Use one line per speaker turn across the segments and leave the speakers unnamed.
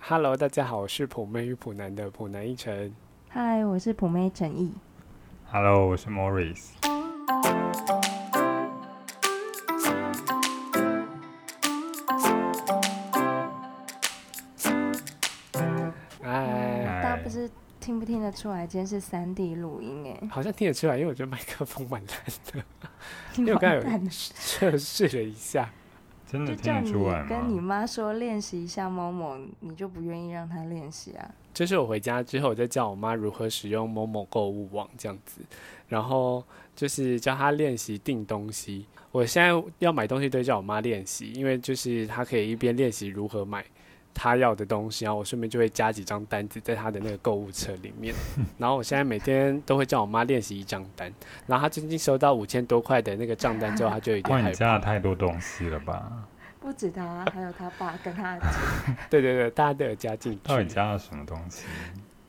Hello，大家好，我是普妹与普南的普南一晨。
嗨，我是普妹陈毅。
Hello，我是 Morris。
哎，
大家不知听不听得出来，今天是三 D 录音 哎，
好像听得出来，因为我觉得麦克风蛮烂的，
因
为我刚才有测试了一下。
真的
就叫
听得
你
出来
跟你
吗？
妈说练习一下某某，你就不愿意让她练习啊？
就是我回家之后，我再教我妈如何使用某某购物网这样子，然后就是教她练习订东西。我现在要买东西都叫我妈练习，因为就是她可以一边练习如何买她要的东西，然后我顺便就会加几张单子在她的那个购物车里面。 然后我现在每天都会叫我妈练习一张单，然后她最近收到五千多块的那个账单之后，她就有点
哇，
害
你
怕。
加了太多东西了吧？
不止她，还有她爸跟 她姐，
对对对，大家都有加进
到底
去。
加了什么东西？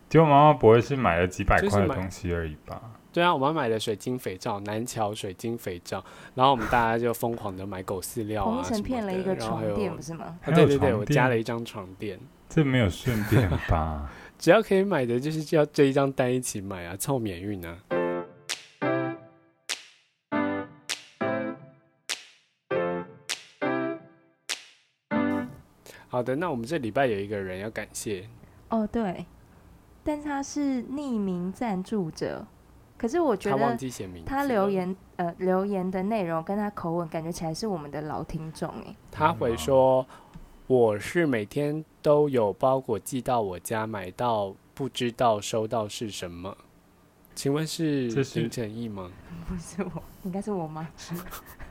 结果妈妈不会是买了几百
就是
块的
买
东西而已吧？
对啊，我妈买了水晶肥皂，南桥水晶肥皂，然后我们大家就疯狂的买狗饲料
洪
啊
一
什么
晨
的，
骗了一个
然后还
床垫
有
不是吗？
啊，
还
对
有
对对，
床
我加
垫
了一张床垫，
这没有顺便 吧？
只要可以买的就是要这一张单一起买啊，凑免运啊。好的，那我们这礼拜有一个人要感谢，
哦对，但他是匿名赞助者，可是我觉
他忘
得
记写名字，
他留，言呃留言的内容跟他口吻感觉起来是我们的老听众哎。
他回
嗯
说：“我是每天都有包裹寄到我家，买到不知道收到是什么。”请问是
这是
林正义吗？
不是我，应该是我妈。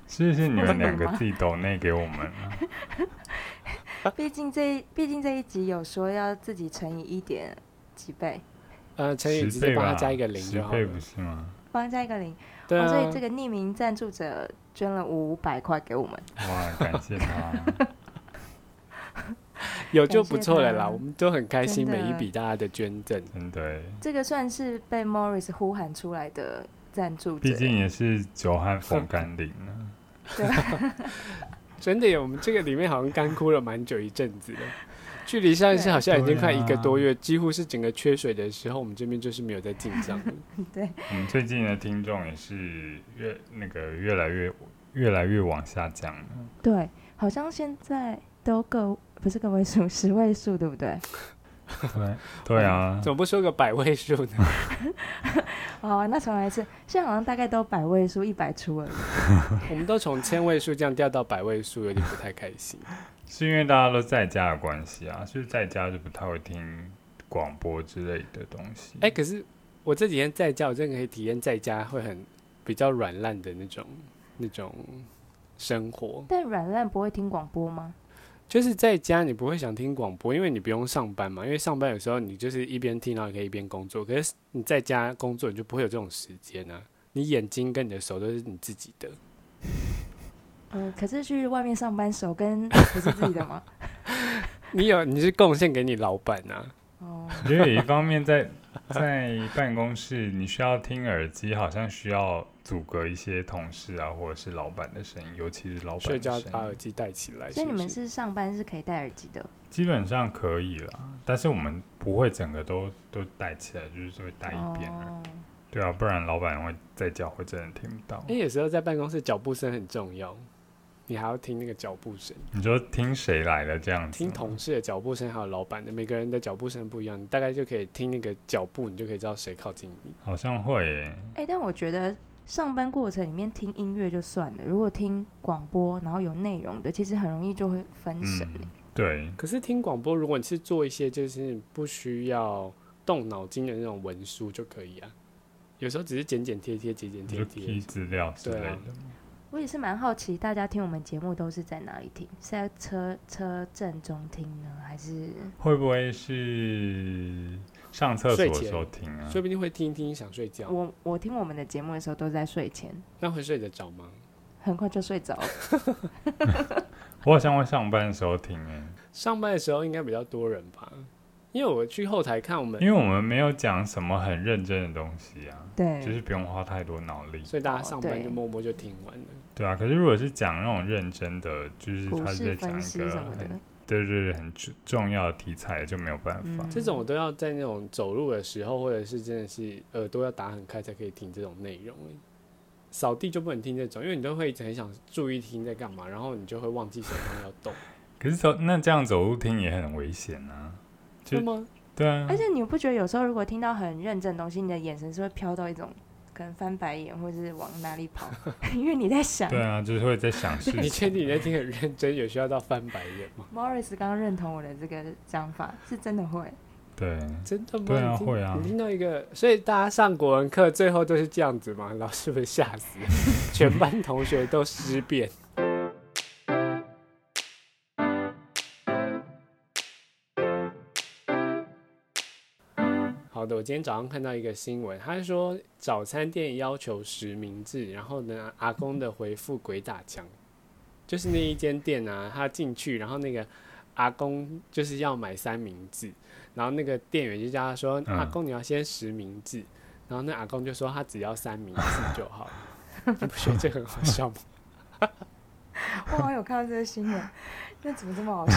是不是你
我
们
的
两个
妈
自己抖内给我们啊？
毕竟这一毕竟这一集有说要自己乘以一点几倍，
呃，陈宇直
十
接
倍
帮他
吧，
加一个零
十
就好
倍
了
不。是吗？
帮加一个零、
对啊，
哦，所以这个匿名赞助者捐了五百块给我们。
哇，感 谢他，
有就
感谢
不错了啦，
他
我们都很开心
真
每
的
一笔大家的捐赠。
真的耶。
这个算是被 Morris 呼喊出来的赞助者，
毕竟也是久旱逢甘霖啊。
真的耶，我们这个里面好像干枯了蛮久一阵子了。距离上一次好像已经快一个多
啊
月，几乎是整个缺水的时候，我们这边就是没有在进账 了。
对，
我们最近的听众也是越那个越来越越来越往下降了。
对，好像现在都个不是个位数，十位数对不对？
对对啊，
怎么不说个百位数呢？
好、哦那重来一次，现在好像大概都百位数，一百出了。
我们都从千位数这样掉到百位数，有点不太开 心。
是因为大家都在家的关系啊，就是在家就不太会听广播之类的东西。
哎、可是我这几天在家，我真的可以体验在家会很比较软烂的那种那种生活。
但软烂不会听广播吗？
就是在家你不会想听广播，因为你不用上班嘛。因为上班有时候你就是一边听，然后你可以一边工作。可是你在家工作，你就不会有这种时间啊。你眼睛跟你的手都是你自己的，
嗯，可是去外面上班手跟不是自己的吗？
你有你是贡献给你老板啊。
哦，
我觉得有一方面在在办公室，你需要听耳机，好像需要阻隔一些同事啊，或者是老板的声音，尤其是老板
睡
的
觉
声
把
音
耳机戴起来
所以
是
你
不
们
是，
是上班是可以戴耳机的。
基本上可以啦，但是我们不会整个都都带起来，就是会带一边而已。
哦
对啊，不然老板会在叫，会真的听不到。
因为有时候在办公室脚步声很重要，你还要听那个脚步声。
你说听谁来了这样子
听
吗？
同事的脚步声，还有老板的，每个人的脚步声不一样，你大概就可以听那个脚步，你就可以知道谁靠近你。
好像会耶，
哎、但我觉得上班过程里面听音乐就算了，如果听广播，然后有内容的，其实很容易就会分神欸、
嗯，对，
可是听广播，如果你是做一些就是不需要动脑筋的那种文书就可以啊，有时候只是剪剪贴贴，剪剪
你就
贴
key
贴。
资料之类
对啊
的嘛。
我也是蛮好奇，大家听我们节目都是在哪里听？是在车车正中听呢，还是
会不会是上厕所
睡
的
前
时候听啊？
说不定会听一听想睡觉，
我我听我们的节目的时候都在睡前，
那会睡得着吗？
很快就睡着了。
我好像会上班的时候听欸诶，
上班的时候应该比较多人吧，因为我去后台看我们，
因为我们没有讲什么很认真的东西啊，
嗯
对，
就是不用花太多脑力。
所以大家
哦
上班
对
就默默就听完了。
对啊，可是如果是讲那种认真的，就是
股
他
市
是在讲
分析
一个
什么的
很，对对对，很重重要的题材就没有办法。
嗯
这种我都要在那种走路的时候，或者是真的是耳朵要打很开才可以听这种内容。欸扫地就不能听这种，因为你都会一直很想注意听在干嘛，然后你就会忘记手上要动，
可是走那这样走路听也很危险啊。 就是
吗？
对啊
哎
而，且你不觉得有时候如果听到很认真的东西，你的眼神是会飘到一种可能翻白眼，或者是往哪里跑， 因为你在想。
对啊，就是会在想 事
你
情。
确定你在听很认真，有需要到翻白眼吗？
Morris 刚刚认同我的这个讲法，是真的会。
对，
真的吗？
对啊
你听
会啊
你听到一个，所以大家上国文课最后都是这样子嘛？ 老师被吓 死，全班同学都尸变。好的，我今天早上看到一个新闻，他说早餐店要求实名制，然后呢，阿公的回复鬼打墙，就是那一间店啊，他进去，然后那个阿公就是要买三明治，然后那个店员就叫他说：“
嗯
阿公，你要先实名制。”然后那阿公就说：“他只要三明治就好了。” 你不觉得这很好笑吗？
哇，我有看到这个 新闻，那怎么这么好笑？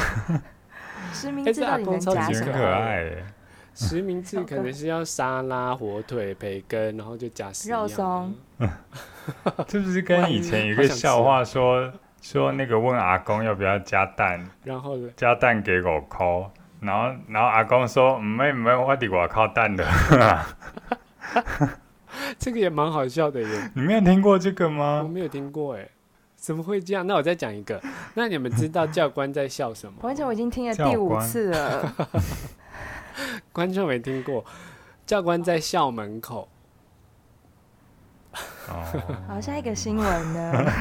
实名
哎
制
这
到
阿
底
公
能
超级
夹
打
也
什
赏
很
么？
可爱欸。
实名制可能是要沙拉、火腿、培根，然后就加啊十
肉
样
松
这不是跟以前有一个笑话说说那个问阿公要不要加蛋，
然后呢，
加蛋给狗抠，然后然后阿公说唔妹唔妹，我伫外靠蛋的。
这个也蛮好笑的耶。
你没有听过这个
我
吗？
没有听过哎，怎么会这样？那我再讲一个。那你们知道教官在笑什么
我
吗？
而且我已经听了
教
第五
官
次了，
观众没听过，教官在校门口。
哦，
好，下一个新闻呢？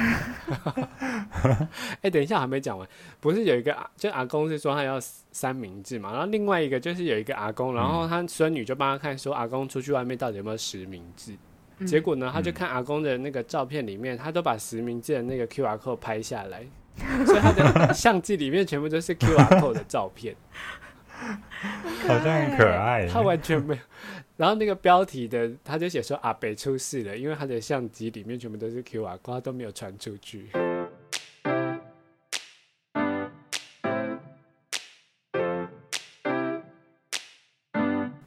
哎、等一下，我还没讲完。不是有一个阿，就阿公是说他要三明治嘛，然后另外一个就是有一个阿公，然后他孙女就帮他看说阿公出去外面到底有没有实名制。
嗯
结果呢，他就看阿公的那个照片里面，他都把实名制的那个 Q R code 拍下来，所以他的相机里面全部都是 Q R code 的照片，
好像很可爱。
他完全没有。然后那个标题的他就写说阿北出事了，因为他的相机里面全部都是 Q R code，他都没有传出去。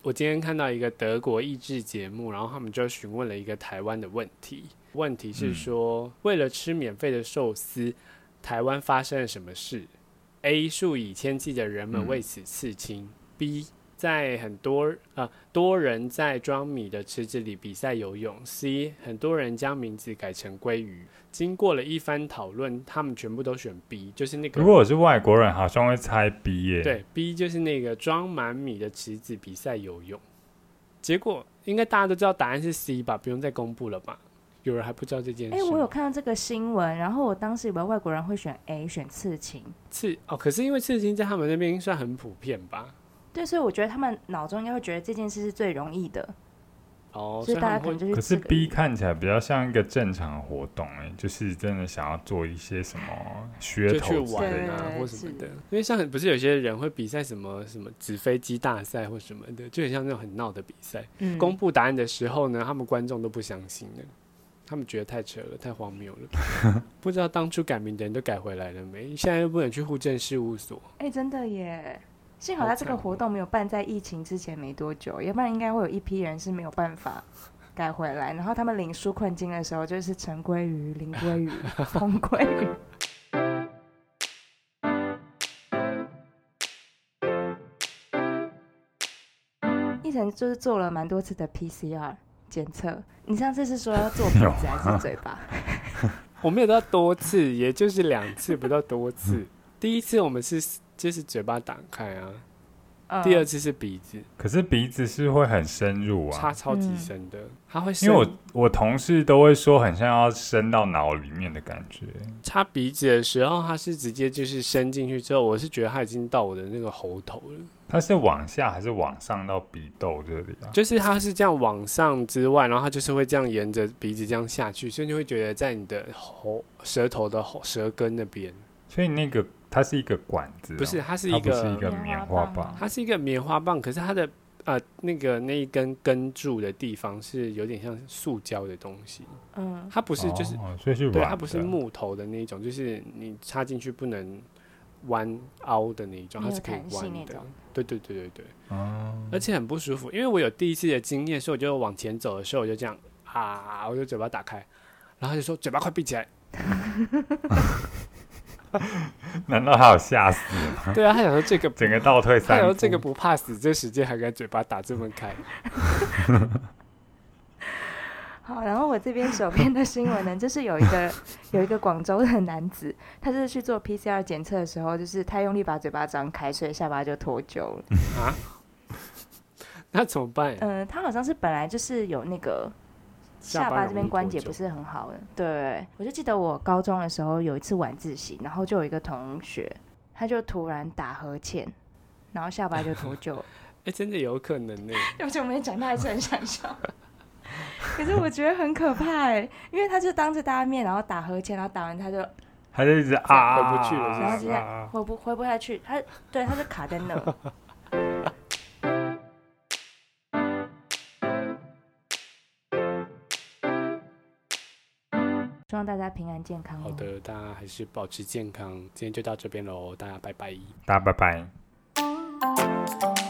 我今天看到一个德国益智节目，然后他们就询问了一个台湾的问题，问题是说，为了吃免费的寿司，台湾发生了什么事？A. 数以千计的人们
嗯
为此刺青、b 在很多啊、多人在装米的池子里比赛游泳。C. 很多人将名字改成鲑鱼。经过了一番讨论，他们全部都选 B，就是那个
如果我是外国人，好像会猜 B 耶。，
对，B 就是那个装满米的池子比赛游泳，结果应该大家都知道答案是 C 吧，不用再公布了吧？有人还不知道这件事
哎、
吗。
我有看到这个新闻，然后我当时以为外国人会选 A 选刺青，
刺哦，可是因为刺青在他们那边算很普遍吧？
对，所以我觉得他们脑中应该会觉得这件事是最容易的，
哦，
所以
他
大家
们
可
会
能就是
可是
这个
B 看起来比较像一个正常的活动哎，就是真的想要做一些什么噱
就去
头之类
玩
的。
啊
对
或什么
是
的，因为像不是有些人会比赛什么什么纸飞机大赛或什么的，就很像那种很闹的比赛。
嗯
公布答案的时候呢，他们观众都不相信了，他们觉得太扯了，太荒谬了。 不知道当初改名的人都改回来了没？现在又不能去户政事务所。
哎、真的耶！幸好
好
他这个
惨
活
哦
动没有办在疫情之前没多久，要不然应该会有一批人是没有办法改回来。然后他们领纾困金的时候，就是陈鲑鱼、林鲑 鱼、红鲑鱼。一晨就是做了蛮多次的 PCR 检测，你上次是说要 做鼻子还是嘴巴？
我们有到多次，也就是两次，不到多
嗯
次。 第一次我们是就是嘴巴打开啊，
嗯
第二次是鼻子，
可是鼻子是会很深入啊，
插超级
嗯
深的，它会
因为
深
我我同事都会说很像要伸到脑里面的感觉。
插鼻子的时候，它是直接就是伸进去之后，我是觉得它已经到我的那个喉头了，
它是往下还是往上到鼻窦这里啊？
就是它是这样往上之外，然后它就是会这样沿着鼻子这样下去，所以你会觉得在你的喉舌头的喉舌根那边，
所以那个它是一个管子哦、
不是，它是
它
一
不是一
个
个
棉
棉
花
花
棒
棒
吗。
它是一个棉花棒，可是它的呃那个那一根根柱的地方是有点像塑胶的东西。
嗯，
它不是就是、
哦，所以是
对，啊
软的，
它不是木头的那一种，就是你插进去不能弯凹的那一种，它
没有
是可以
弹性
弯
那
的
种。
对对对对对，
哦，
而且很不舒服，因为我有第一次的经验，所以我就往前走的时候，我就这样啊，我就嘴巴打开，然后他就说嘴巴快闭 起来。
难道他有吓死？
对啊，他想说这个
整个倒退
他
三
想
步？
哎说这个不怕死，这时间还敢嘴巴打这么开，
好，然后我这边手边的新闻呢，就是有一个 有一个广州的男子，他就是去做 PCR 检测的时候，就是太用力把嘴巴张开，所以下巴就脱臼了。
那怎么办？
嗯、他好像是本来就是有那个
下巴
下巴
容易
这边关节
脱臼
不是很好的。对，我就记得我高中的时候有一次晚自习，然后就有一个同学，他就突然打呵欠，然后下巴就脱 臼了。
哎、真的有可能呢、
对不起，我没讲，他还是很想笑。 可是我觉得很可怕哎、因为他就当着大家面，然后打呵欠，然后打完他就
他就一直啊，
回不去了是不是
然后就
啊
在
啊
回不回不下去， 他对他就卡在那。希望大家平安健康、哦。
好的，大家还是保持健康。今天就到这边喽，大家拜拜。
大家拜拜。
拜拜。